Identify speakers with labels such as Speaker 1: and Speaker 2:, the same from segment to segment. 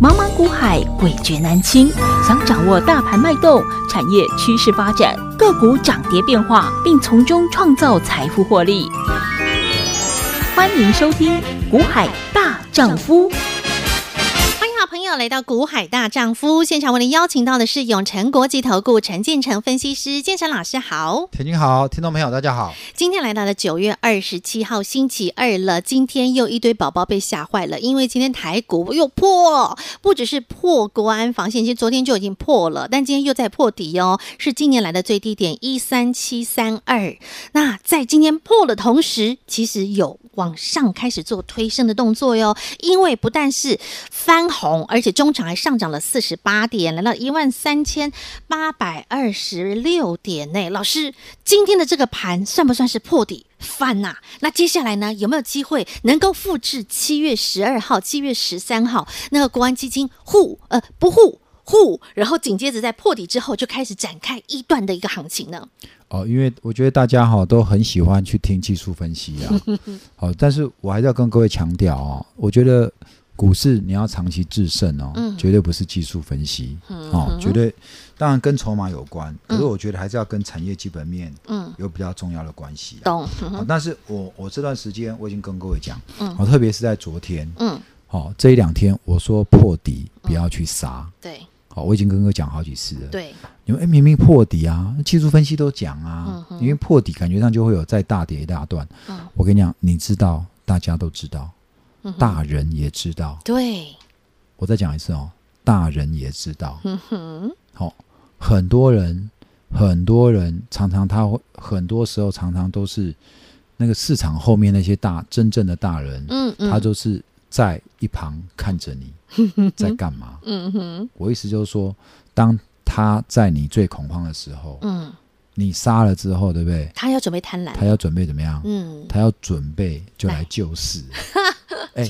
Speaker 1: 茫茫股海，诡谲难清。想掌握大盘脉动、产业趋势发展、个股涨跌变化，并从中创造财富获利，欢迎收听《股海大丈夫》。
Speaker 2: 欢迎好朋友来到《股海大丈夫》现场，为您邀请到的是永诚国际投顾陈建成分析师，建成老师好。
Speaker 3: 田金好，听众朋友大家好。
Speaker 2: 今天来到了九月二十七号星期二了，今天又一堆宝宝被吓坏了，因为今天台股又破，不只是破国安防线，其实昨天就已经破了，但今天又在破底哦，是今年来的最低点一三七三二。那在今天破的同时，其实有往上开始做推升的动作哟，因为不但是翻红，而且中场还上涨了四十八点，来到一万三千八百二十六点内。老师，今天的这个盘算不算是破底翻呐、那接下来呢，有没有机会能够复制七月十二号、七月十三号那个国安基金护呃不护？护，然后紧接着在破底之后就开始展开一段的一个行情呢。
Speaker 3: 哦，因为我觉得大家哈、都很喜欢去听技术分析 啊。好、但是我还是要跟各位强调哦，我觉得股市你要长期制胜哦，
Speaker 2: 嗯
Speaker 3: 绝对不是技术分析哦，绝对当然跟筹码有关，可是我觉得还是要跟产业基本面
Speaker 2: 嗯，
Speaker 3: 有比较重要的关系、啊。
Speaker 2: 懂。
Speaker 3: 好、但是我我这段时间我已经跟各位讲，哦
Speaker 2: 嗯
Speaker 3: 好、特别是在昨天，
Speaker 2: 嗯，
Speaker 3: 好、这一两天我说破底不要去杀，
Speaker 2: 对
Speaker 3: 好、我已经跟各位讲好几次了。
Speaker 2: 对，
Speaker 3: 你们哎，明明破底啊，技术分析都讲啊，
Speaker 2: 嗯哼
Speaker 3: 因为破底感觉上就会有再大跌一大段。
Speaker 2: 嗯
Speaker 3: 我跟你讲，你知道，大家都知道，
Speaker 2: 嗯哼
Speaker 3: 大人也知道。
Speaker 2: 对，
Speaker 3: 我再讲一次哦，大人也知道。
Speaker 2: 嗯哼，
Speaker 3: 好、很多人，很多人常常他会，很多时候常常都是那个市场后面那些大真正的大人，
Speaker 2: 嗯嗯，
Speaker 3: 他就是在一旁看 着你在干嘛。
Speaker 2: 嗯哼，
Speaker 3: 我意思就是说，当他在你最恐慌的时候，
Speaker 2: 嗯，
Speaker 3: 你杀了之后，对不对？
Speaker 2: 他要准备贪婪，
Speaker 3: 他要准备怎么样？
Speaker 2: 嗯，
Speaker 3: 他要准备就来救 市。哎、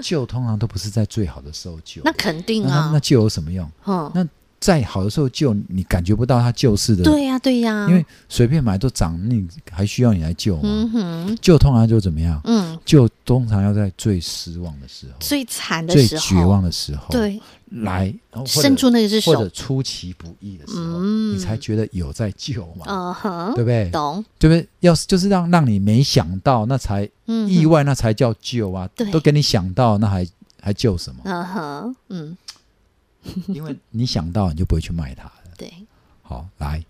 Speaker 3: 救通常都不是在最好的时候救，
Speaker 2: 那肯定
Speaker 3: 那他
Speaker 2: 啊
Speaker 3: 那，救有什么用？
Speaker 2: 嗯，
Speaker 3: 那再好的时候救，你感觉不到他救市的，
Speaker 2: 对呀对呀，
Speaker 3: 因为随便买都涨，你还需要你来救吗？
Speaker 2: 嗯哼，
Speaker 3: 救通常就怎么样？
Speaker 2: 嗯，
Speaker 3: 救通常要在最失望的时候、
Speaker 2: 最惨的
Speaker 3: 最
Speaker 2: 时候，
Speaker 3: 绝望的时候，，
Speaker 2: 对，
Speaker 3: 来然后或者
Speaker 2: 伸出那只
Speaker 3: 或者
Speaker 2: 手，
Speaker 3: 出其不意的时候，
Speaker 2: 嗯
Speaker 3: 你才觉得有在救嘛，
Speaker 2: 嗯哼，
Speaker 3: 对不对？
Speaker 2: 懂，
Speaker 3: 对不对？要是就是让让你没想到，那才
Speaker 2: 嗯，
Speaker 3: 意，外，那才叫救啊！
Speaker 2: 对
Speaker 3: 都给你想到，那还还救什么？
Speaker 2: 嗯哼，嗯，
Speaker 3: 因为你想到，你就不会去卖它了。
Speaker 2: 对，
Speaker 3: 好，来，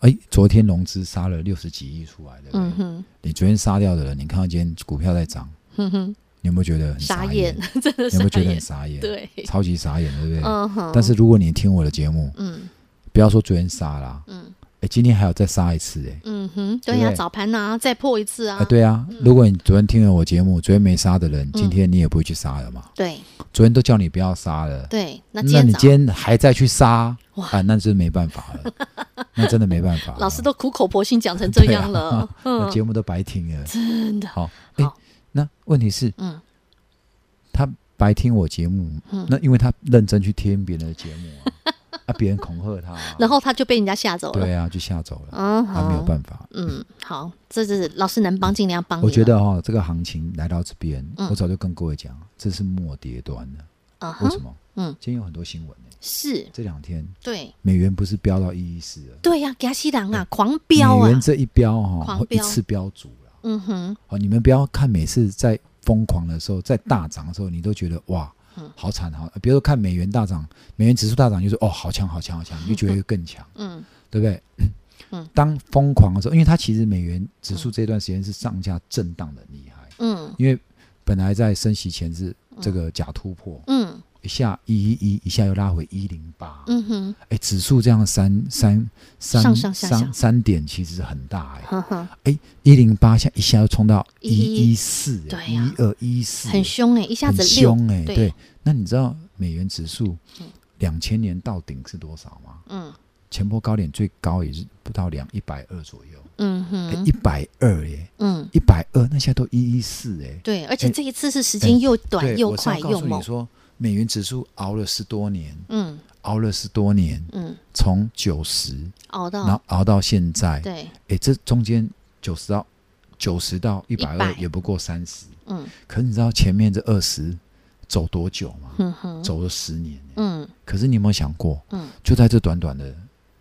Speaker 3: 哎，昨天融资杀了六十几亿出来，对不对？
Speaker 2: 嗯哼，
Speaker 3: 你昨天杀掉的人，你看到今天股票在涨，
Speaker 2: 哼嗯哼，
Speaker 3: 你有没有觉得很
Speaker 2: 傻
Speaker 3: 傻
Speaker 2: 眼， 真的
Speaker 3: 你有没
Speaker 2: 傻
Speaker 3: 有觉得很
Speaker 2: 眼，
Speaker 3: 傻眼？，
Speaker 2: 对，
Speaker 3: 超级傻眼，对不对？
Speaker 2: 嗯哼，
Speaker 3: 但是，如果你听我的节目，
Speaker 2: 嗯
Speaker 3: 不要说昨天杀啦，
Speaker 2: 嗯
Speaker 3: 哎，今天还有再杀一次，哎。
Speaker 2: 嗯哼，
Speaker 3: 对
Speaker 2: 对
Speaker 3: 不
Speaker 2: 呀，
Speaker 3: 对
Speaker 2: 早盘呐，再破一次啊嗯
Speaker 3: 啊，，对啊，如果你昨天听了我节目，昨天没杀的人，今天你也不会去杀了嘛？
Speaker 2: 对
Speaker 3: 昨天都叫你不要杀了，
Speaker 2: 对，那
Speaker 3: 那
Speaker 2: 今天
Speaker 3: 你
Speaker 2: 早
Speaker 3: 今天还再去杀，
Speaker 2: 哇
Speaker 3: 啊，那真没办法了， 那真的没办法了。
Speaker 2: 老师都苦口婆心讲成这样了，
Speaker 3: 那
Speaker 2: 嗯，
Speaker 3: 节目都白听了。
Speaker 2: 真的，
Speaker 3: 好，哎
Speaker 2: 好，
Speaker 3: 那问题是
Speaker 2: 嗯
Speaker 3: 他白听我节目，
Speaker 2: 嗯
Speaker 3: 那因为他认真去听别人的节目 啊，啊，别人恐吓他啊，
Speaker 2: 然后他就被人家吓走了，
Speaker 3: 对啊，就吓走了，
Speaker 2: 嗯，
Speaker 3: 他没有
Speaker 2: 好
Speaker 3: 办法。
Speaker 2: 嗯，好，这是老师能帮尽量帮你了。
Speaker 3: 我觉得哈，这个行情来到这边，
Speaker 2: 嗯
Speaker 3: 我早就跟各位讲，这是末跌端了。
Speaker 2: 啊
Speaker 3: 为
Speaker 2: 哈，
Speaker 3: 什么？
Speaker 2: 嗯，
Speaker 3: 今天有很多新闻呢，
Speaker 2: 是
Speaker 3: 这两天
Speaker 2: 对
Speaker 3: 美元不是飙到一一四了。
Speaker 2: 对呀、给他吸狼啊，狂飙
Speaker 3: 美
Speaker 2: 啊
Speaker 3: 元，这一标哈、
Speaker 2: 狂
Speaker 3: 会一
Speaker 2: 飙
Speaker 3: 次标足了。
Speaker 2: 嗯哼，
Speaker 3: 哦，你们不要看每次在疯狂的时候，在大涨的时候，你都觉得哇
Speaker 2: 嗯，
Speaker 3: 好惨好。比如说看美元大涨，美元指数大涨，你就说哦，好强好强 好强，你就觉得更强，
Speaker 2: 嗯
Speaker 3: 对不对？
Speaker 2: 嗯
Speaker 3: 当疯狂的时候，因为它其实美元指数这段时间是上下震荡的厉害，
Speaker 2: 嗯
Speaker 3: 因为本来在升息前是这个假突破，
Speaker 2: 嗯
Speaker 3: 一下一一一，一下又拉回一零八，
Speaker 2: 嗯哼，
Speaker 3: 哎，指数这样三三三
Speaker 2: 上上下下
Speaker 3: 三三点其实很大哎、
Speaker 2: 呵呵，
Speaker 3: 哎，一零八下一下又冲到一一四
Speaker 2: 114，对
Speaker 3: 哎一
Speaker 2: 呀
Speaker 3: 二一四，
Speaker 2: 很凶哎、一下
Speaker 3: 很
Speaker 2: 子六，
Speaker 3: 凶哎、
Speaker 2: 对
Speaker 3: 对，那你知道美元指数
Speaker 2: 嗯
Speaker 3: 两千年到顶是多少吗？
Speaker 2: 嗯
Speaker 3: 前波高点最高也是不到两一百二左右，哎
Speaker 2: 嗯哼，
Speaker 3: 一百二耶，
Speaker 2: 嗯
Speaker 3: 一百二，那现在都一一四哎，
Speaker 2: 对，而且这一次是时
Speaker 3: 哎
Speaker 2: 间又短
Speaker 3: 对，
Speaker 2: 又
Speaker 3: 我是要
Speaker 2: 快
Speaker 3: 告
Speaker 2: 又
Speaker 3: 诉你
Speaker 2: 猛，
Speaker 3: 说，美元指数熬了十多年，
Speaker 2: 嗯
Speaker 3: 熬了十多年，
Speaker 2: 嗯，
Speaker 3: 从九十，
Speaker 2: 熬
Speaker 3: 然
Speaker 2: 到
Speaker 3: 后熬到现在，
Speaker 2: 嗯对，
Speaker 3: 哎，这中间九十到九十到一百二
Speaker 2: 100
Speaker 3: 也不过三十。
Speaker 2: 嗯
Speaker 3: 可是你知道前面这二十走多久嘛？
Speaker 2: 嗯哼，
Speaker 3: 走了十年。
Speaker 2: 嗯
Speaker 3: 可是你有没有想过，
Speaker 2: 嗯
Speaker 3: 就在这短短的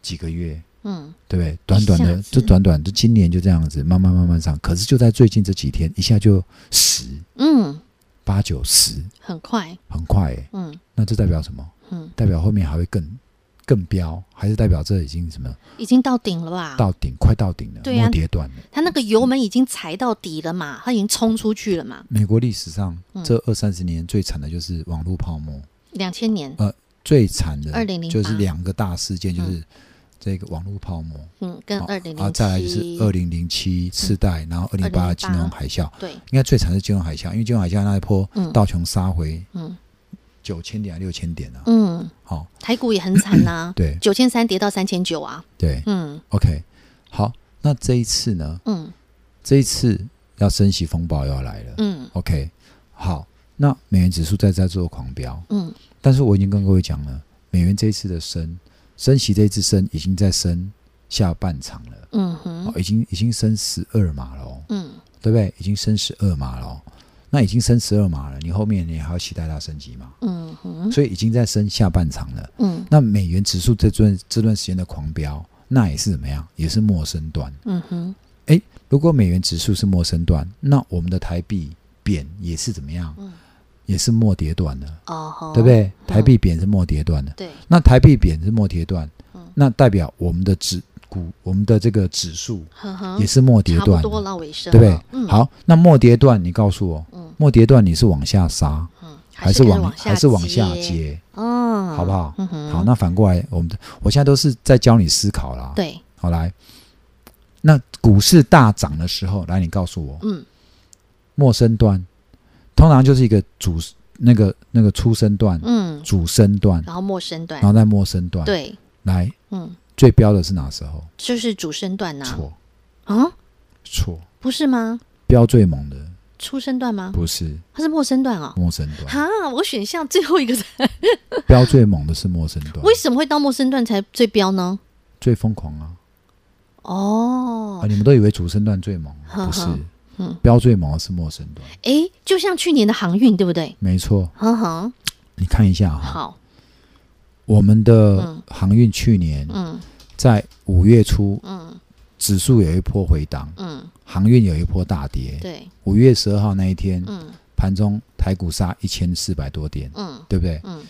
Speaker 3: 几个月，
Speaker 2: 嗯，
Speaker 3: 对不对？短短
Speaker 2: 一下
Speaker 3: 的，
Speaker 2: 子
Speaker 3: 这短短的今年就这样子，慢慢慢慢上。可是就在最近这几天，一下就十
Speaker 2: 嗯，
Speaker 3: 八九十，
Speaker 2: 很快，
Speaker 3: 很快哎。
Speaker 2: 嗯
Speaker 3: 那这代表什么？
Speaker 2: 嗯，
Speaker 3: 代表后面还会更更飙，还是代表这已经什么
Speaker 2: 已经到顶了吧？
Speaker 3: 到顶，快到顶了，
Speaker 2: 对啊
Speaker 3: 末跌段了？
Speaker 2: 它那个油门已经踩到底了嘛，它已经冲出去了嘛，
Speaker 3: 美国历史上
Speaker 2: 嗯
Speaker 3: 这二三十年最惨的就是网络泡沫，
Speaker 2: 两千年，
Speaker 3: 最惨的
Speaker 2: 2008
Speaker 3: 就是两个大事件，就是这个网络泡沫，
Speaker 2: 嗯，跟嗯
Speaker 3: 好
Speaker 2: 二零嗯
Speaker 3: 啊，
Speaker 2: 零
Speaker 3: 再来就是二零零七次贷，然后二零八
Speaker 2: 2008
Speaker 3: 金融海啸，
Speaker 2: 对，
Speaker 3: 应该最惨是金融海啸，因为金融海啸那一波
Speaker 2: 嗯
Speaker 3: 道琼杀回
Speaker 2: 嗯
Speaker 3: 九千点、六千点啊，
Speaker 2: 嗯，
Speaker 3: 好、，
Speaker 2: 台股也很惨呐
Speaker 3: 嗯对
Speaker 2: 九千三跌到三千九啊，
Speaker 3: 对
Speaker 2: 嗯
Speaker 3: ，OK，好，那这一次呢？
Speaker 2: 嗯
Speaker 3: 这一次要升息风暴要来了、
Speaker 2: 嗯
Speaker 3: o k 好，那美元指数在在做狂飙，
Speaker 2: 嗯
Speaker 3: 但是我已经跟各位讲了，美元这一次的升升息这一次升已经在升下半场了。
Speaker 2: 嗯
Speaker 3: 哦
Speaker 2: 哼，
Speaker 3: 已经已经升十二码了哦，
Speaker 2: 嗯
Speaker 3: 对不对？已经升十二码了哦，那已经升十二码了，你后面你还要期待它升级嘛？
Speaker 2: 嗯哼，
Speaker 3: 所以已经在升下半场了。
Speaker 2: 嗯
Speaker 3: 那美元指数这段这段时间的狂飙，那也是怎么样？也是陌生段。
Speaker 2: 嗯哼，
Speaker 3: 如果美元指数是陌生段，那我们的台币贬也是怎么样？
Speaker 2: 嗯
Speaker 3: 也是末跌段的，
Speaker 2: 哦吼，
Speaker 3: 对不？对？台币贬是末跌段的。
Speaker 2: 对，
Speaker 3: 那台币贬是末跌段
Speaker 2: 嗯，
Speaker 3: 那代表我们的指股，我们的这个指数
Speaker 2: 呵呵
Speaker 3: 也，是末跌
Speaker 2: 啊差不
Speaker 3: 段的。
Speaker 2: 多了尾声
Speaker 3: 对
Speaker 2: 了，
Speaker 3: 不对？
Speaker 2: 嗯，
Speaker 3: 好，那末跌段，你告诉我，
Speaker 2: 嗯
Speaker 3: 末跌段你是往下杀，
Speaker 2: 嗯，
Speaker 3: 还
Speaker 2: 是
Speaker 3: 是
Speaker 2: 跟着
Speaker 3: 往
Speaker 2: 往下，
Speaker 3: 还是往下，接，
Speaker 2: 嗯，
Speaker 3: 好不好？
Speaker 2: 嗯哼，
Speaker 3: 好，那反过来，我们的我现在都是在教你思考啦。，
Speaker 2: 对，
Speaker 3: 好来，那股市大涨的时候，来你告诉我，
Speaker 2: 嗯
Speaker 3: 陌生段通常就是一个主那个那个初升段、
Speaker 2: 嗯，
Speaker 3: 主升段，
Speaker 2: 然后陌生段
Speaker 3: 然，后再陌生段。，
Speaker 2: 对，
Speaker 3: 来
Speaker 2: 嗯，
Speaker 3: 最标的是哪时候？
Speaker 2: 就是主升段呐，
Speaker 3: 错
Speaker 2: 啊，
Speaker 3: 错，
Speaker 2: 不是吗？
Speaker 3: 标最猛的
Speaker 2: 初升段吗？
Speaker 3: 不是
Speaker 2: 它是陌生段哦。
Speaker 3: 陌生段，
Speaker 2: 哈，我选项最后一个才，
Speaker 3: 标最猛的是陌生段，
Speaker 2: 为什么会到陌生段才最标呢？
Speaker 3: 最疯狂啊！啊，
Speaker 2: 哦，
Speaker 3: 你们都以为主升段最猛，啊不是
Speaker 2: 呵呵嗯，
Speaker 3: 标最猛的是陌生段，
Speaker 2: 诶，哎就像去年的航运，对不对？
Speaker 3: 没错。
Speaker 2: 哼哼，
Speaker 3: 你看一下哈，
Speaker 2: 好，
Speaker 3: 我们的
Speaker 2: 嗯
Speaker 3: 航运去年
Speaker 2: 嗯
Speaker 3: 在五月初
Speaker 2: 嗯
Speaker 3: 指数有一波回档，
Speaker 2: 嗯，
Speaker 3: 航运有一波大跌。
Speaker 2: 对，
Speaker 3: 五月十二号那一天，
Speaker 2: 嗯
Speaker 3: 盘中台股杀一千四百多点，
Speaker 2: 嗯
Speaker 3: 对不对？
Speaker 2: 嗯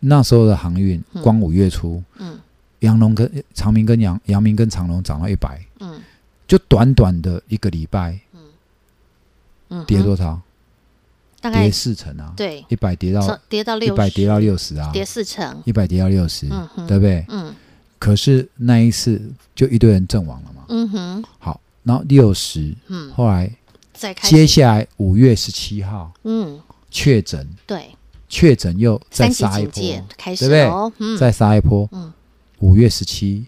Speaker 3: 那时候的航运
Speaker 2: 嗯，
Speaker 3: 光五月初，
Speaker 2: 嗯
Speaker 3: 阳龙跟长明跟阳阳明跟长龙涨到一百，
Speaker 2: 嗯
Speaker 3: 就短短的一个礼拜
Speaker 2: 嗯，
Speaker 3: 跌
Speaker 2: 哼
Speaker 3: 多少？
Speaker 2: 大概
Speaker 3: 跌四成啊！
Speaker 2: 对，
Speaker 3: 一百跌
Speaker 2: 从
Speaker 3: 到
Speaker 2: 跌到
Speaker 3: 一
Speaker 2: 六
Speaker 3: 百跌到六十啊，
Speaker 2: 跌四成，
Speaker 3: 一百跌到六十、
Speaker 2: 嗯哼
Speaker 3: 对不对？
Speaker 2: 嗯
Speaker 3: 可是那一次就一堆人阵亡了嘛。
Speaker 2: 嗯哼
Speaker 3: 好，然后六十，
Speaker 2: 嗯，
Speaker 3: 后来
Speaker 2: 再开
Speaker 3: 接
Speaker 2: 始，
Speaker 3: 下来五月十七号
Speaker 2: 嗯
Speaker 3: 确诊，
Speaker 2: 对，
Speaker 3: 确诊又再
Speaker 2: 三级
Speaker 3: 杀一
Speaker 2: 警
Speaker 3: 波，
Speaker 2: 戒开
Speaker 3: 对
Speaker 2: 始
Speaker 3: 不对
Speaker 2: 喽，嗯，
Speaker 3: 再杀一波
Speaker 2: 嗯。
Speaker 3: 五、月十七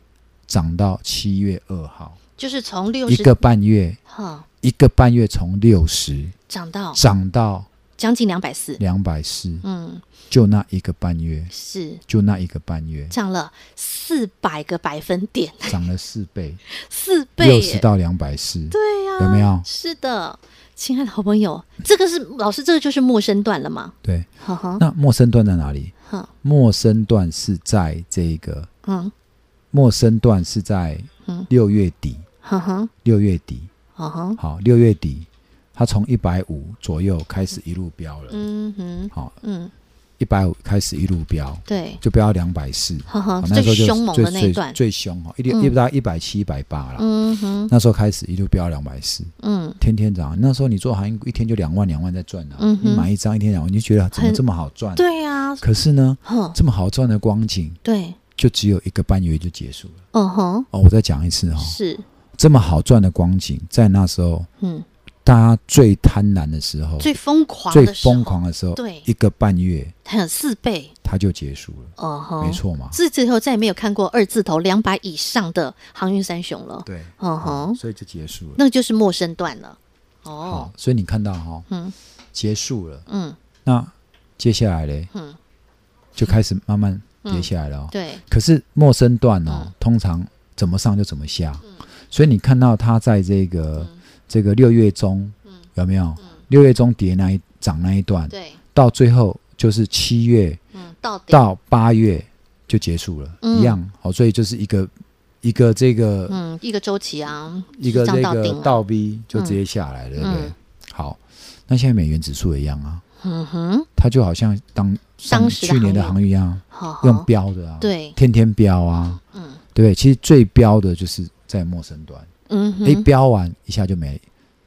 Speaker 3: 涨到七月二号，
Speaker 2: 就是从六
Speaker 3: 一
Speaker 2: 十
Speaker 3: 个半月，
Speaker 2: 哈
Speaker 3: 一个半月从六十
Speaker 2: 涨到
Speaker 3: 涨到
Speaker 2: 将近两百四，
Speaker 3: 两百四，
Speaker 2: 哦嗯，
Speaker 3: 就那一个半月，
Speaker 2: 是
Speaker 3: 就那一个半月
Speaker 2: 涨了四百个百分点，
Speaker 3: 涨了四 倍，
Speaker 2: 四倍
Speaker 3: 六十
Speaker 2: 耶，
Speaker 3: 到两百四，
Speaker 2: 对呀、
Speaker 3: 有没有？
Speaker 2: 是的，亲爱的好朋友，这个是老师，这个就是陌生段了嘛？
Speaker 3: 对。
Speaker 2: 哈哈，
Speaker 3: 那陌生段在哪里？
Speaker 2: 哈，
Speaker 3: 陌生段是在这个
Speaker 2: 嗯，
Speaker 3: 陌生段是在
Speaker 2: 嗯
Speaker 3: 六月底，
Speaker 2: 哈哈，
Speaker 3: 六月底，
Speaker 2: 哈哈，
Speaker 3: 好，六月底，它从一百五左右开始一路飙了，
Speaker 2: 嗯哼，
Speaker 3: 好，
Speaker 2: 嗯，
Speaker 3: 一百五开始一路飙，
Speaker 2: 对，
Speaker 3: 就飙到两百四，
Speaker 2: 哈哈
Speaker 3: 好，那
Speaker 2: 最
Speaker 3: 时候就
Speaker 2: 凶猛
Speaker 3: 最
Speaker 2: 的那一
Speaker 3: 最
Speaker 2: 段，
Speaker 3: 最凶哦哈，一
Speaker 2: 嗯
Speaker 3: 六一到一百七、一百八啦，
Speaker 2: 嗯哼，
Speaker 3: 那时候开始一路飙两百四，
Speaker 2: 嗯，
Speaker 3: 天天涨。那时候你做航运股一天就两万两万在赚啊，
Speaker 2: 嗯哼
Speaker 3: 你买一张一天两万，你就觉得怎么
Speaker 2: 很
Speaker 3: 这么好赚？
Speaker 2: 对呀、啊，
Speaker 3: 可是呢，
Speaker 2: 哼，
Speaker 3: 这么好赚的光景
Speaker 2: 对，
Speaker 3: 就只有一个半月就结束了。
Speaker 2: 嗯哼，
Speaker 3: 哦，我再讲一次哈、哦，
Speaker 2: 是，
Speaker 3: 这么好赚的光景，在那时候
Speaker 2: 嗯，
Speaker 3: 大家最贪婪的时候，
Speaker 2: 最疯狂
Speaker 3: 最
Speaker 2: 的时候
Speaker 3: 疯，狂的时候，
Speaker 2: 对，
Speaker 3: 一个半月
Speaker 2: 还有四倍，
Speaker 3: 它就结束了，
Speaker 2: 哦哈，
Speaker 3: 没。错嘛？
Speaker 2: 自此以后再也没有看过二字头两百以上的航运三雄了，
Speaker 3: 对，
Speaker 2: 嗯
Speaker 3: 好，
Speaker 2: 哼，
Speaker 3: 所以就结束了。
Speaker 2: 那就是陌生段了。哦
Speaker 3: 好，，所以你看到哈、哦，
Speaker 2: 嗯
Speaker 3: 结束了，
Speaker 2: 嗯
Speaker 3: 那接下来嘞，
Speaker 2: 嗯，
Speaker 3: 就开始慢慢跌
Speaker 2: 嗯
Speaker 3: 下来了、哦。
Speaker 2: 对，
Speaker 3: 可是陌生段哦，
Speaker 2: 嗯
Speaker 3: 通常怎么上就怎么下，所以你看到它在这
Speaker 2: 嗯
Speaker 3: 个、这个六月中，有没有？六月中跌那一涨那一段，
Speaker 2: 对，
Speaker 3: 到最后就是七月
Speaker 2: 嗯，到底
Speaker 3: 到八月就结束了，
Speaker 2: 嗯
Speaker 3: 一样。好，所以就是一个一个这个、
Speaker 2: 嗯一个周期啊，
Speaker 3: 一个
Speaker 2: 就这
Speaker 3: 这
Speaker 2: 样到
Speaker 3: 个
Speaker 2: 顶了
Speaker 3: 倒逼就直接下来了，对不对？好，那现在美元指数也一样啊，
Speaker 2: 嗯哼，
Speaker 3: 它就好像当上
Speaker 2: 当时的
Speaker 3: 去年的
Speaker 2: 航
Speaker 3: 航运一样，
Speaker 2: 好好
Speaker 3: 用标的啊，，
Speaker 2: 对，
Speaker 3: 天天标啊，
Speaker 2: 嗯
Speaker 3: 对不对？其实最标的就是在陌生端，
Speaker 2: 嗯
Speaker 3: 哎、
Speaker 2: 哼，
Speaker 3: 标完一下就没了。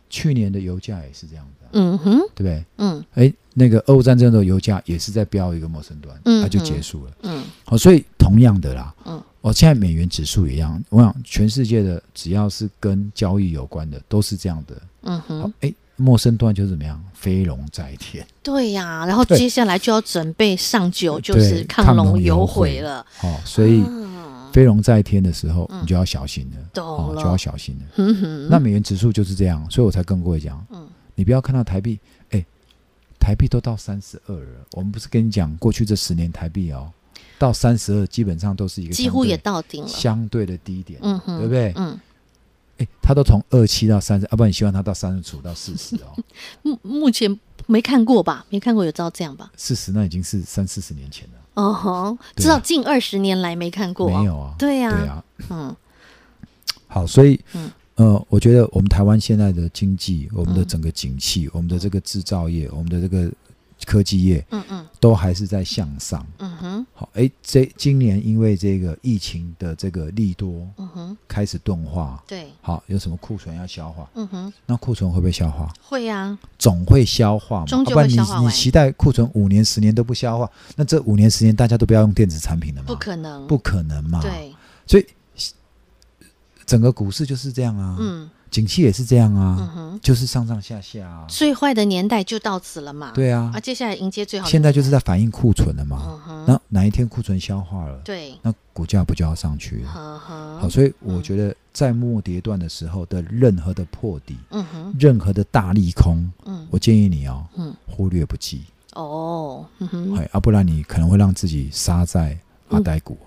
Speaker 3: 去年的油价也是这样子、啊，
Speaker 2: 嗯哼，
Speaker 3: 对不对？
Speaker 2: 嗯
Speaker 3: 哎，那个俄乌战争的油价也是在标一个陌生端，啊
Speaker 2: 嗯
Speaker 3: 它就
Speaker 2: 嗯
Speaker 3: 结束了。
Speaker 2: 嗯
Speaker 3: 好、所以同样的啦，
Speaker 2: 嗯，
Speaker 3: 哦，现在美元指数也一样，我想全世界的只要是跟交易有关的，都是这样的。
Speaker 2: 嗯
Speaker 3: 好
Speaker 2: 哼，，
Speaker 3: 哎、陌生端就是怎么样，飞龙在天。
Speaker 2: 对呀、然后
Speaker 3: 对
Speaker 2: 接下来就要准备上酒，就
Speaker 3: 对
Speaker 2: 是
Speaker 3: 亢
Speaker 2: 龙
Speaker 3: 龙
Speaker 2: 有
Speaker 3: 有
Speaker 2: 悔
Speaker 3: 悔
Speaker 2: 了。
Speaker 3: 哦，所以
Speaker 2: 嗯
Speaker 3: 飞龙在天的时候，
Speaker 2: 嗯
Speaker 3: 你就要小心了，
Speaker 2: 懂
Speaker 3: 哦，
Speaker 2: 了，
Speaker 3: 就要小心了。
Speaker 2: 哼哼，
Speaker 3: 那美元指数就是这样，所以我才跟各位讲，
Speaker 2: 嗯
Speaker 3: 你不要看到台币，哎、台币都到三十二了。我们不是跟你讲，过去这十年台币哦，到三十二基本上都是一个
Speaker 2: 几
Speaker 3: 相
Speaker 2: 乎
Speaker 3: 对
Speaker 2: 也到顶了，
Speaker 3: 相对的低点，
Speaker 2: 嗯哼，
Speaker 3: 对不对
Speaker 2: 嗯，
Speaker 3: 哎、它都从二七到三十，要啊不然你希望它到三十五到四十 哦，
Speaker 2: 目目前没看过吧？没看过有照这样吧？
Speaker 3: 四十那已经是三四十年前了，
Speaker 2: 哦吼，
Speaker 3: 对
Speaker 2: 至少
Speaker 3: 啊
Speaker 2: 近二十年来没看过、
Speaker 3: 没，有啊，
Speaker 2: 对呀、
Speaker 3: 对啊，
Speaker 2: 嗯
Speaker 3: 好，所以，
Speaker 2: 嗯
Speaker 3: 呃，我觉得我们台湾现在的经济，我们的
Speaker 2: 嗯
Speaker 3: 整个景气，我们的这个制造业，我们的这个科技业，
Speaker 2: 嗯嗯
Speaker 3: 都还是在向上。
Speaker 2: 嗯哼
Speaker 3: 好，哎，这今年因为这个疫情的这个利多
Speaker 2: 嗯哼，
Speaker 3: 开始钝化，
Speaker 2: 对，
Speaker 3: 好，有什么库存要消化？
Speaker 2: 嗯哼，
Speaker 3: 那库存会不会消化？
Speaker 2: 会啊，
Speaker 3: 总会消化嘛，
Speaker 2: 终
Speaker 3: 要
Speaker 2: 究
Speaker 3: 不然
Speaker 2: 会
Speaker 3: 你
Speaker 2: 消化
Speaker 3: 你
Speaker 2: 完
Speaker 3: 期待库存五年、十年都不消化，那这五年、十年大家都不要用电子产品了嘛？
Speaker 2: 不可能，
Speaker 3: 不可能嘛？，
Speaker 2: 对，
Speaker 3: 所以整个股市就是这样啊，
Speaker 2: 嗯
Speaker 3: 景气也是这样啊。
Speaker 2: 嗯哼，
Speaker 3: 就是上上下下、啊。
Speaker 2: 最坏的年代就到此了嘛，
Speaker 3: 对啊
Speaker 2: 啊，，接下来迎接最好的，
Speaker 3: 现在就是在反映库存了嘛。
Speaker 2: 嗯哼，
Speaker 3: 那哪一天库存消化了，
Speaker 2: 对，
Speaker 3: 那股价不就要上去了？
Speaker 2: 嗯
Speaker 3: 好，
Speaker 2: 哼，
Speaker 3: 所以我
Speaker 2: 嗯
Speaker 3: 觉得在末跌段的时候的任何的破底、
Speaker 2: 嗯哼，
Speaker 3: 任何的大利空，
Speaker 2: 嗯
Speaker 3: 我建议你哦
Speaker 2: 嗯，
Speaker 3: 忽略不计，
Speaker 2: 哦，嗯哼，
Speaker 3: 哎，啊，不然你可能会让自己杀在阿呆 股。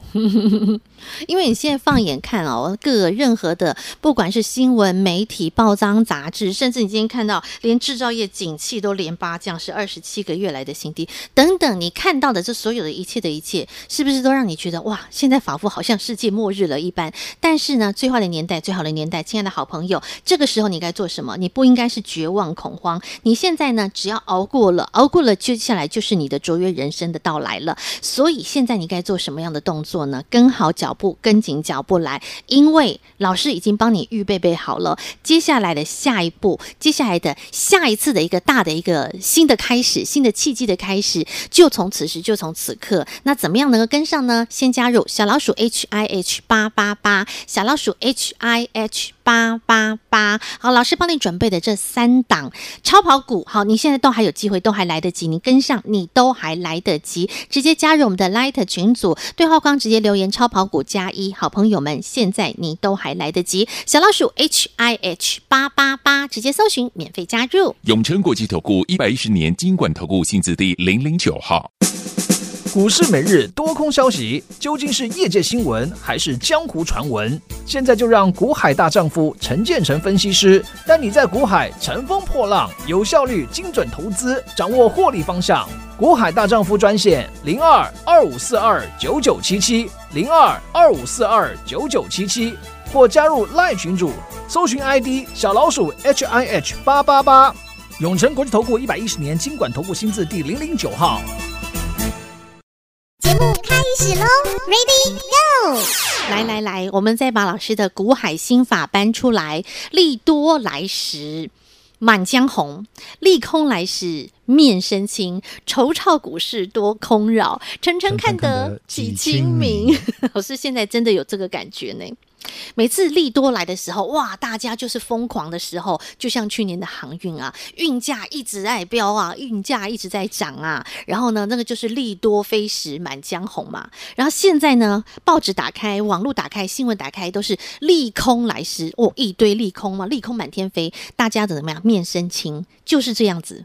Speaker 2: 因为你现在放眼看哦，各个任何的，不管是新闻媒体、报章、杂志，甚至你今天看到连制造业景气都连八降，是二十七个月来的新低，等等，你看到的这所有的一切的一切，是不是都让你觉得哇，现在仿佛好像世界末日了一般？但是呢，最坏的年代，最好的年代，亲爱的好朋友，这个时候你该做什么？你不应该是绝望恐慌，你现在呢，只要熬过了，熬过了，接下来就是你的卓越人生的到来了。所以现在你该做什么样的动作呢？跟好脚步，跟紧脚步来，因为老师已经帮你预备备好了。接下来的下一步，接下来的下一次的一个大的一个新的开始，新的契机的开始，就从此时，就从此刻。那怎么样能够跟上呢？先加入小老鼠 H I H 八八八，小老鼠 H I H 八八八。好，老师帮你准备的这三档超跑股，好，你现在都还有机会，都还来得及，你跟上，你都还来得及，直接加入我们的 Light 群组，对话框直接留言“超跑股加一”，好朋友们，现在你都还来得及，小老鼠 H I H 八八八，直接搜寻免费加入。
Speaker 4: 永诚国际投顾一百一十年金管投顾性质第零零九号。
Speaker 5: 股市每日多空消息究竟是业界新闻还是江湖传闻？现在就让股海大丈夫陈建成分析师带你在股海乘风破浪，有效率、精准投资，掌握获利方向。股海大丈夫专线零二二五四二九九七七零二二五四二九九七七，或加入赖群组，搜寻 ID 小老鼠 HIH 八八八。永诚国际投顾一百一十年经管投顾新字第零零九号。
Speaker 6: 节目开始喽，Ready Go！
Speaker 2: 来来来，我们再把老师的股海心法搬出来，利多来时。满江红，利空来时面身轻，惆怅股市多空扰，晨晨看得几清明。 老师现在真的有这个感觉呢。每次利多来的时候，哇，大家就是疯狂的时候，就像去年的航运啊，运价一直在飙啊，运价一直在涨啊，然后呢，那个就是利多飞时满江红嘛。然后现在呢，报纸打开，网络打开，新闻打开，都是利空来时，哦，一堆利空嘛，利空满天飞，大家怎么样面生青，就是这样子，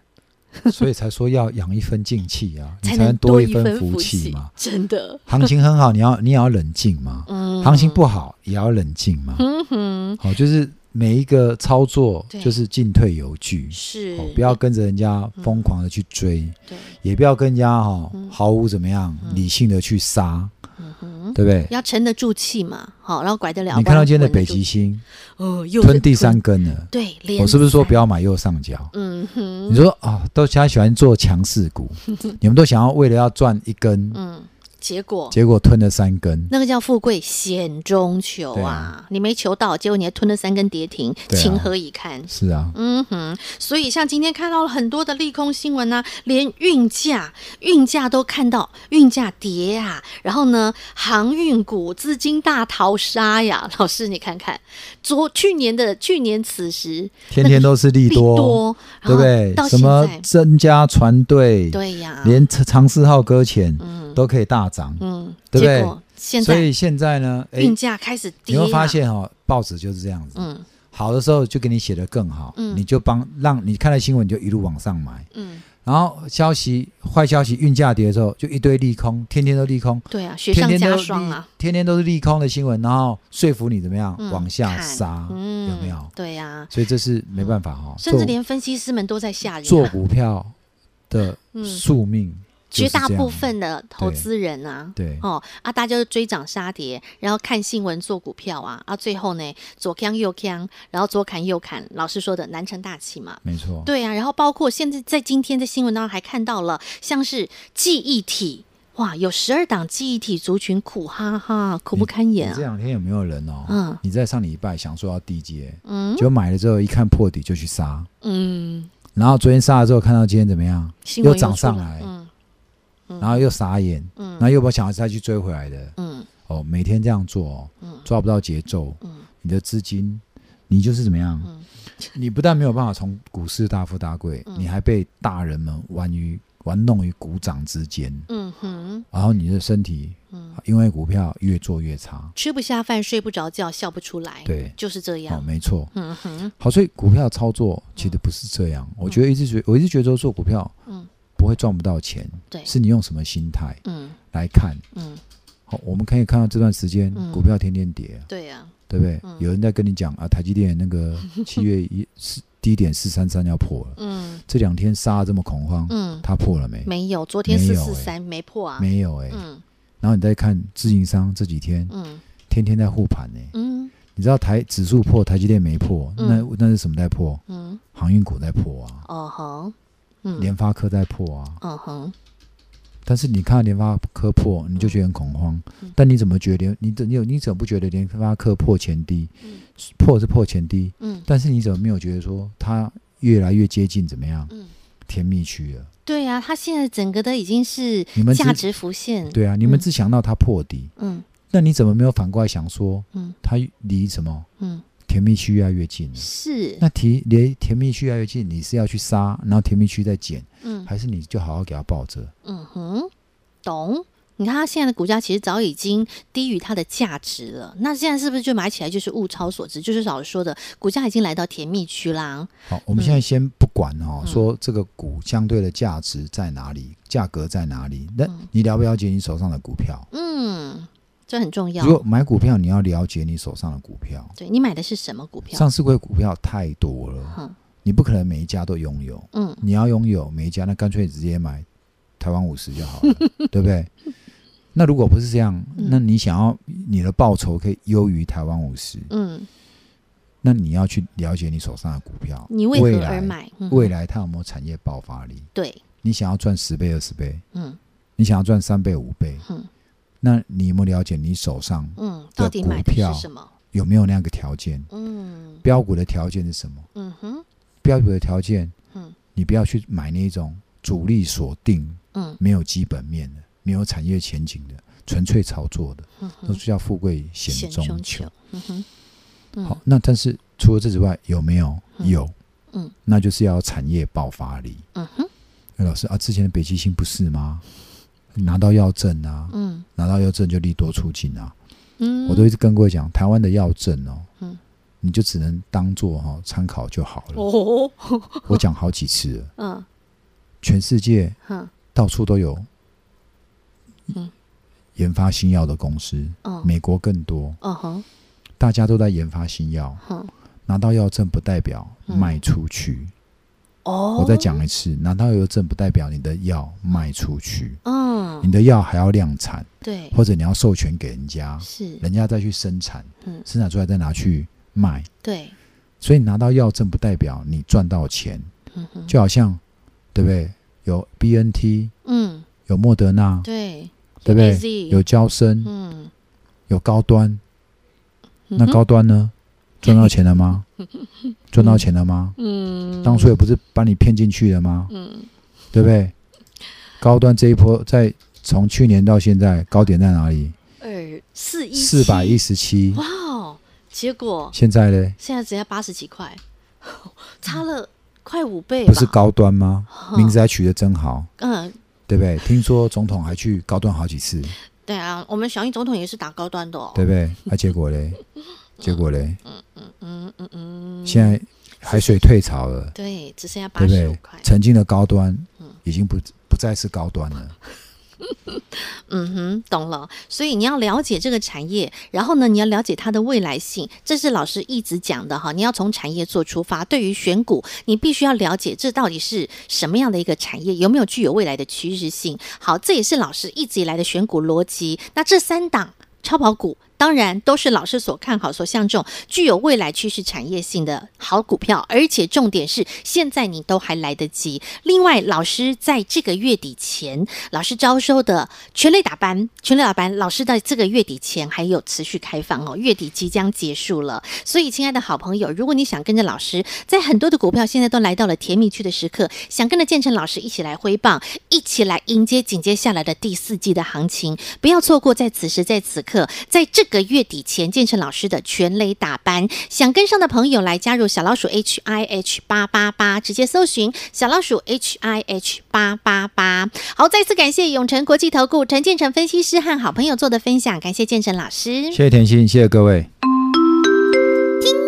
Speaker 3: 所以才说要养一分静 气啊，你才
Speaker 2: 能
Speaker 3: 能多
Speaker 2: 一
Speaker 3: 一分
Speaker 2: 福
Speaker 3: 福气嘛。，
Speaker 2: 真的，
Speaker 3: 行情很好，你要你也要冷静嘛。
Speaker 2: 嗯
Speaker 3: 行情不好也要冷静嘛。
Speaker 2: 嗯哼，
Speaker 3: 好，就是每一个操作
Speaker 2: 对
Speaker 3: 就是进退有据，
Speaker 2: 是
Speaker 3: 哦，不要跟着人家疯狂的去追，
Speaker 2: 对，
Speaker 3: 也不要跟人家哈、哦
Speaker 2: 嗯
Speaker 3: 毫无怎么样、
Speaker 2: 嗯
Speaker 3: 理性的去杀，
Speaker 2: 嗯哼，
Speaker 3: 对不对？
Speaker 2: 要沉得住气嘛，好，然后拐得了弯。
Speaker 3: 你看到今天的
Speaker 2: 稳得
Speaker 3: 北
Speaker 2: 住
Speaker 3: 极，星
Speaker 2: 哦，又是
Speaker 3: 吞第三，根了，
Speaker 2: 对，
Speaker 3: 我
Speaker 2: 连
Speaker 3: 是不是说
Speaker 2: 三
Speaker 3: 不？要买右上角？
Speaker 2: 嗯哼，
Speaker 3: 你说啊、都大家喜欢做强势股， 你们都想要为了要赚一根，
Speaker 2: 嗯，结果
Speaker 3: 结果吞了三根，
Speaker 2: 那个叫富贵险中求
Speaker 3: 对
Speaker 2: 啊，你没求到，结果你还吞了三根跌停，
Speaker 3: 对啊
Speaker 2: 情何以堪？
Speaker 3: 是啊，
Speaker 2: 嗯哼，所以像今天看到了很多的利空新闻呢、啊连运价、运价都看到运价跌啊，然后呢，航运股资金大逃杀呀。 老师，你看看昨去年的去年此时
Speaker 3: 天天都是利
Speaker 2: 利
Speaker 3: 多，
Speaker 2: 多，
Speaker 3: 对不
Speaker 2: 然后
Speaker 3: 对
Speaker 2: 到？
Speaker 3: 什
Speaker 2: 现
Speaker 3: 么
Speaker 2: 在，
Speaker 3: 增加船队，
Speaker 2: 对啊呀，
Speaker 3: 连长四号搁浅都可以大涨，
Speaker 2: 嗯，
Speaker 3: 对不对
Speaker 2: 结果现
Speaker 3: 所
Speaker 2: 在
Speaker 3: 以现在呢，哎，
Speaker 2: 运价开始
Speaker 3: 你
Speaker 2: 跌、啊，
Speaker 3: 会发，现哦，报纸就是这样子，
Speaker 2: 嗯
Speaker 3: 好的时候就给你写的更好，
Speaker 2: 嗯
Speaker 3: 你就帮让你看了新闻你就一路往上买，
Speaker 2: 嗯，
Speaker 3: 然后消息坏消息运价跌的时候就一堆利空，天天都利空，
Speaker 2: 对啊，雪
Speaker 3: 天
Speaker 2: 上
Speaker 3: 天
Speaker 2: 加
Speaker 3: 都
Speaker 2: 霜啊。
Speaker 3: 利天天都是利空的新闻，然后说服你怎么样
Speaker 2: 嗯
Speaker 3: 往下
Speaker 2: 看
Speaker 3: 杀，
Speaker 2: 嗯，
Speaker 3: 啊有没有？
Speaker 2: 对呀、
Speaker 3: 所以这是没办法哈，
Speaker 2: 甚至
Speaker 3: 做
Speaker 2: 连分析师们都在吓人、啊。
Speaker 3: 做股票的
Speaker 2: 嗯
Speaker 3: 宿命就
Speaker 2: 绝
Speaker 3: 是这
Speaker 2: 大
Speaker 3: 样，
Speaker 2: 部分的投资人啊，
Speaker 3: 对
Speaker 2: 哦啊，大家就追涨杀跌，然后看新闻做股票啊，啊，最后呢左扛右扛，然后左砍右砍，老师说的难成大器嘛。
Speaker 3: 没错，
Speaker 2: 对啊，然后包括现在在今天在新闻当中还看到了，像是记忆体，哇，有十二档记忆体族群苦哈哈，苦不堪言
Speaker 3: 嗯你这
Speaker 2: 啊。
Speaker 3: 两天有没有人哦？
Speaker 2: 嗯
Speaker 3: 你在上礼拜想说要低接，
Speaker 2: 嗯
Speaker 3: 结果买了之后一看破底就去杀，
Speaker 2: 嗯，
Speaker 3: 然后昨天杀了之后看到今天怎么样，
Speaker 2: 新闻
Speaker 3: 又涨
Speaker 2: 出
Speaker 3: 上来
Speaker 2: 嗯
Speaker 3: 然后又傻眼，
Speaker 2: 嗯
Speaker 3: 然后又把想要再去追回来的。
Speaker 2: 嗯
Speaker 3: 哦，每天这样做、哦，
Speaker 2: 嗯
Speaker 3: 抓不到节奏，
Speaker 2: 嗯
Speaker 3: 你的资金，你就是怎么样？
Speaker 2: 嗯
Speaker 3: 你不但没有办法从股市大富大贵，
Speaker 2: 嗯
Speaker 3: 你还被大人们玩于玩弄于股掌之间，
Speaker 2: 嗯哼
Speaker 3: 然后你的身体
Speaker 2: 嗯，
Speaker 3: 因为股票越做越差。
Speaker 2: 吃不下饭，睡不着觉，笑不出来，
Speaker 3: 对
Speaker 2: 就是这
Speaker 3: 哦，
Speaker 2: 样。
Speaker 3: 没错。
Speaker 2: 嗯哼，
Speaker 3: 好，所以股票操作其实不是这样。我觉得一直觉，我一直觉得说做股票，
Speaker 2: 嗯
Speaker 3: 不会赚不到钱，
Speaker 2: 对，
Speaker 3: 是你用什么心态
Speaker 2: 嗯
Speaker 3: 来看。
Speaker 2: 嗯，
Speaker 3: 好，我们可以看到这段时间
Speaker 2: 嗯
Speaker 3: 股票天天跌啊，
Speaker 2: 对呀、
Speaker 3: 对不对？
Speaker 2: 嗯
Speaker 3: 有人在跟你讲啊，台积电 那个七月一四低点四三三要破了，
Speaker 2: 嗯
Speaker 3: 这两天杀得这么恐慌，
Speaker 2: 嗯，
Speaker 3: 它破了没？
Speaker 2: 没有，昨天
Speaker 3: 没
Speaker 2: 四
Speaker 3: 有欸
Speaker 2: 四三没破啊，
Speaker 3: 没有哎。
Speaker 2: 嗯
Speaker 3: 然后你再看自营商这几天
Speaker 2: 嗯
Speaker 3: 天天在护盘呢，
Speaker 2: 嗯
Speaker 3: 你知道台指数破，台积电没破，
Speaker 2: 嗯
Speaker 3: 那那是什么在破？
Speaker 2: 嗯，
Speaker 3: 航运股在破啊，
Speaker 2: 哦吼，嗯，
Speaker 3: 联发科在破啊。
Speaker 2: 哦吼，
Speaker 3: 但是你看到联发科破，你就觉得很恐慌。
Speaker 2: 嗯
Speaker 3: 但你怎么觉得联你怎你有你怎么不觉得联发科破前低？破是破前低，
Speaker 2: 嗯，
Speaker 3: 但是你怎么没有觉得说它越来越接近怎么样？
Speaker 2: 嗯
Speaker 3: 甜蜜区了。
Speaker 2: 对啊，它现在整个的已经是
Speaker 3: 你们只
Speaker 2: 价值浮现，，
Speaker 3: 对啊，你们
Speaker 2: 嗯
Speaker 3: 只想到它破底，
Speaker 2: 嗯
Speaker 3: 那你怎么没有反过来想说，
Speaker 2: 嗯
Speaker 3: 它离什么
Speaker 2: 嗯，
Speaker 3: 甜蜜区越来越近了？
Speaker 2: 是，
Speaker 3: 那提离甜蜜区越来越近，你是要去杀，然后甜蜜区再减，
Speaker 2: 嗯
Speaker 3: 还是你就好好给它抱着？
Speaker 2: 嗯哼，懂。你看它现在的股价其实早已经低于它的价值了，那现在是不是就买起来就是物超所值？就是老师说的，股价已经来到甜蜜区啦。
Speaker 3: 好，我们
Speaker 2: 嗯
Speaker 3: 现在先不管哦，
Speaker 2: 嗯
Speaker 3: 说这个股相对的价值在哪里，价格在哪里？那你了不了解你手上的股票？
Speaker 2: 嗯，这很重要
Speaker 3: 如。果买股票，你要了解你手上的股票。
Speaker 2: 对你买的是什么股票？
Speaker 3: 上市柜股票太多了，
Speaker 2: 哼
Speaker 3: 你不可能每一家都拥有。
Speaker 2: 嗯
Speaker 3: 你要拥有每一家，那干脆直接买台湾五十就好 了，对不对？那如果不是这样，
Speaker 2: 嗯
Speaker 3: 那你想要你的报酬可以优于台湾五十，
Speaker 2: 嗯，
Speaker 3: 那你要去了解你手上的股票，
Speaker 2: 你为
Speaker 3: 未
Speaker 2: 何而
Speaker 3: 来
Speaker 2: 买？嗯
Speaker 3: 未来它有没有产业爆发力？
Speaker 2: 对，
Speaker 3: 你想要赚十倍、二十倍，
Speaker 2: 嗯
Speaker 3: 你想要赚三倍、五倍，
Speaker 2: 嗯
Speaker 3: 那你有没有了解你手上
Speaker 2: 嗯，到底买的
Speaker 3: 股票
Speaker 2: 是什么？
Speaker 3: 有没有那样个条件？
Speaker 2: 嗯
Speaker 3: 标股的条件是什么？
Speaker 2: 嗯哼
Speaker 3: 标股的条件，
Speaker 2: 嗯
Speaker 3: 你不要去买那种主力锁定、
Speaker 2: 嗯
Speaker 3: 没有基本面的、没有产业前景的、纯粹炒作的，
Speaker 2: 嗯
Speaker 3: 那
Speaker 2: 哼，
Speaker 3: 就叫富贵
Speaker 2: 险
Speaker 3: 险
Speaker 2: 中
Speaker 3: 中
Speaker 2: 求
Speaker 3: 求。。
Speaker 2: 嗯哼，嗯
Speaker 3: 好，那但是除了这之外，有没有？
Speaker 2: 嗯
Speaker 3: 有，
Speaker 2: 嗯，
Speaker 3: 那就是要有产业爆发力。
Speaker 2: 嗯哼
Speaker 3: 哎，老师啊，之前的北极星不是吗？拿到药证啊，
Speaker 2: 嗯
Speaker 3: 拿到药证就利多出尽啊！
Speaker 2: 嗯，
Speaker 3: 我都一直跟各位讲，台湾的药证哦，
Speaker 2: 嗯
Speaker 3: 你就只能当做哈、参考就好了。
Speaker 2: 哦
Speaker 3: 我讲好几次了，
Speaker 2: 嗯
Speaker 3: 全世界
Speaker 2: 哼
Speaker 3: 到处都有
Speaker 2: 嗯
Speaker 3: 研发新药的公司，
Speaker 2: 嗯
Speaker 3: 美国更多，
Speaker 2: 嗯哼
Speaker 3: 大家都在研发新药，
Speaker 2: 哼
Speaker 3: 拿到药证不代表卖出去。
Speaker 2: 嗯哦，
Speaker 3: 我再，讲一次，拿到药证不代表你的药卖出去，
Speaker 2: 嗯
Speaker 3: 你，的药还要量产，
Speaker 2: 对，
Speaker 3: 或者你要授权给人家，
Speaker 2: 是，
Speaker 3: 人家再去生产，
Speaker 2: 嗯，
Speaker 3: 生产出来再拿去卖。
Speaker 2: 对，
Speaker 3: 所以拿到药证不代表你赚到钱，
Speaker 2: 嗯哼，
Speaker 3: 就好像对不对？有 BNT，
Speaker 2: 嗯，
Speaker 3: 有莫德纳，
Speaker 2: 对，
Speaker 3: 对不对
Speaker 2: AZ
Speaker 3: 有交生，
Speaker 2: 嗯，
Speaker 3: 有高端，
Speaker 2: 嗯
Speaker 3: 那
Speaker 2: 哼
Speaker 3: 高端呢？赚到钱 了吗？赚到钱了吗？
Speaker 2: 嗯，
Speaker 3: 当初也不是把你骗进去的吗？
Speaker 2: 嗯，
Speaker 3: 对不对？高端这一波在从去年到现在高点在哪里？
Speaker 2: 二四一
Speaker 3: 四百一，十七。
Speaker 2: 哇哦，结果
Speaker 3: 现在呢？
Speaker 2: 现在只要八十几块，差了快五倍吧，
Speaker 3: 不是高端吗？
Speaker 2: 哼
Speaker 3: 名字还取得真好，
Speaker 2: 嗯，
Speaker 3: 对不对？听说总统还去高端好几次，
Speaker 2: 对啊，我们小英总统也是打高端的哦，
Speaker 3: 对不对？啊，结 果嘞？结果嘞？
Speaker 2: 嗯嗯嗯，
Speaker 3: 现在海水退潮了，
Speaker 2: 对，只剩下八
Speaker 3: 对不
Speaker 2: 十五
Speaker 3: 对
Speaker 2: 块？，
Speaker 3: 曾经的高端已经不不再是高端了。
Speaker 2: 嗯哼，懂了。所以你要了解这个产业，然后呢，你要了解它的未来性，这是老师一直讲的哈。你要从产业做出发，对于选股，你必须要了解这到底是什么样的一个产业，有没有具有未来的趋势性。好，这也是老师一直以来的选股逻辑。那这三档超跑股。当然都是老师所看好、所相中、具有未来趋势产业性的好股票，而且重点是现在你都还来得及。另外，老师在这个月底前，老师招收的全类打班，全类打班，老师在这个月底前还有持续开放哦，月底即将结束了。所以，亲爱的好朋友，如果你想跟着老师，在很多的股票现在都来到了甜蜜区的时刻，想跟着建成老师一起来挥棒，一起来迎接紧接下来的第四季的行情，不要错过在此时在此刻，在这个月底前，建成老师的全垒打班，想跟上的朋友来加入小老鼠 H I H 八八八，直接搜寻小老鼠 H I H 八八八。好，再次感谢永诚国际投顾陈建成分析师和好朋友做的分享，感谢建成老师
Speaker 3: 谢。谢甜心，谢谢各位。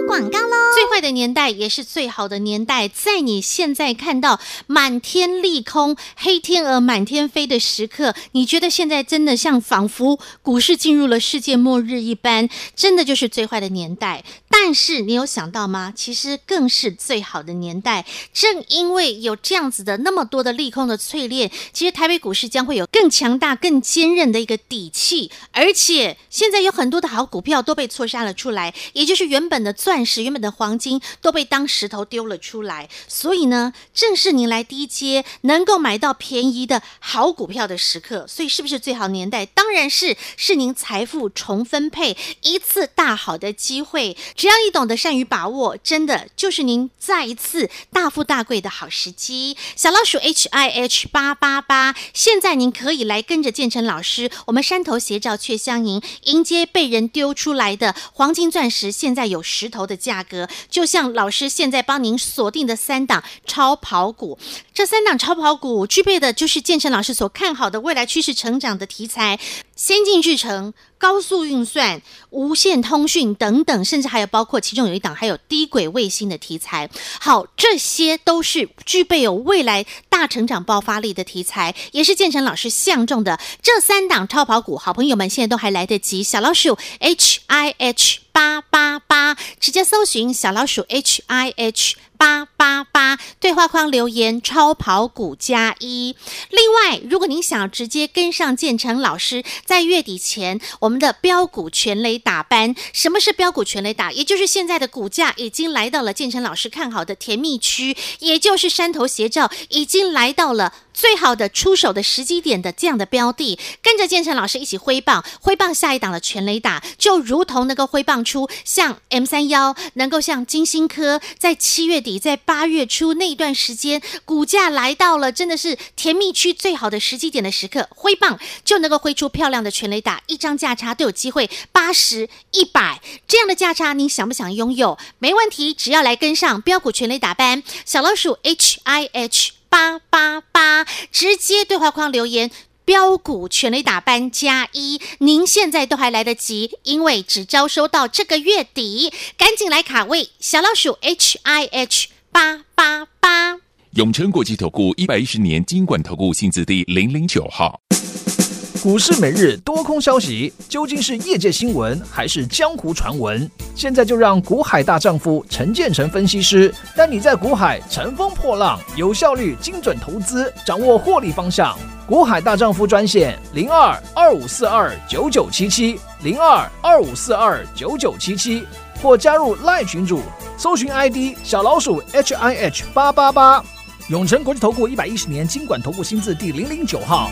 Speaker 6: 广告喽，
Speaker 2: 最坏的年代也是最好的年代，在你现在看到满天利空、黑天鹅满天飞的时刻，你觉得现在真的像仿佛股市进入了世界末日一般，真的就是最坏的年代。但是你有想到吗？其实更是最好的年代。正因为有这样子的那么多的利空的淬炼，其实台北股市将会有更强大、更坚韧的一个底气。而且现在有很多的好股票都被错杀了出来，也就是原本的钻石、原本的黄金都被当石头丢了出来。所以呢，正是您来低阶能够买到便宜的好股票的时刻。所以是不是最好年代？当然是，是您财富重分配一次大好的机会。只要你懂得善于把握，真的就是您再一次大富大贵的好时机。小老鼠 H I H 八八八，现在您可以来跟着建成老师，我们山头斜照却相迎，迎接被人丢出来的黄金钻石，现在有石头的价格。就像老师现在帮您锁定的三档超跑股，这三档超跑股具备的就是建成老师所看好的未来趋势成长的题材，先进制程、高速运算、无线通讯等等，甚至还有包括其中有一档还有低轨卫星的题材。好，这些都是具备有未来大成长爆发力的题材，也是建成老师相中的这三档超跑股。好朋友们，现在都还来得及，小老鼠 H I H 八八八，直接搜寻小老鼠 H I H。八八八对话框留言超跑股加一。另外，如果您想直接跟上建成老师，在月底前我们的标股全垒打班，什么是标股全垒打？也就是现在的股价已经来到了建成老师看好的甜蜜区，也就是山头斜照已经来到了。最好的出手的时机点的这样的标的，跟着建成老师一起挥棒，挥棒下一档的全垒打，就如同能够挥棒出像 M 三幺，能够像金星科，在七月底，在八月初那一段时间，股价来到了真的是甜蜜区最好的时机点的时刻，挥棒就能够挥出漂亮的全垒打，一张价差都有机会八十、一百这样的价差，您想不想拥有？没问题，只要来跟上标股全垒打班，小老鼠 H I H。八八八，直接对话框留言。标股全雷打班加一，您现在都还来得及，因为只招收到这个月底，赶紧来卡位小老鼠 H I H 八八八。
Speaker 4: 永诚国际投顾一百一十年金管投顾性质第零零九号。
Speaker 5: 股市每日多空消息究竟是业界新闻还是江湖传闻？现在就让股海大丈夫陈建成分析师带你在股海乘风破浪，有效率、精准投资，掌握获利方向。股海大丈夫专线零二二五四二九九七七零二二五四二九九七七，或加入赖群组，搜寻 ID 小老鼠 HIH 八八八。永诚国际投顾一百一十年经管投顾新字第零零九号。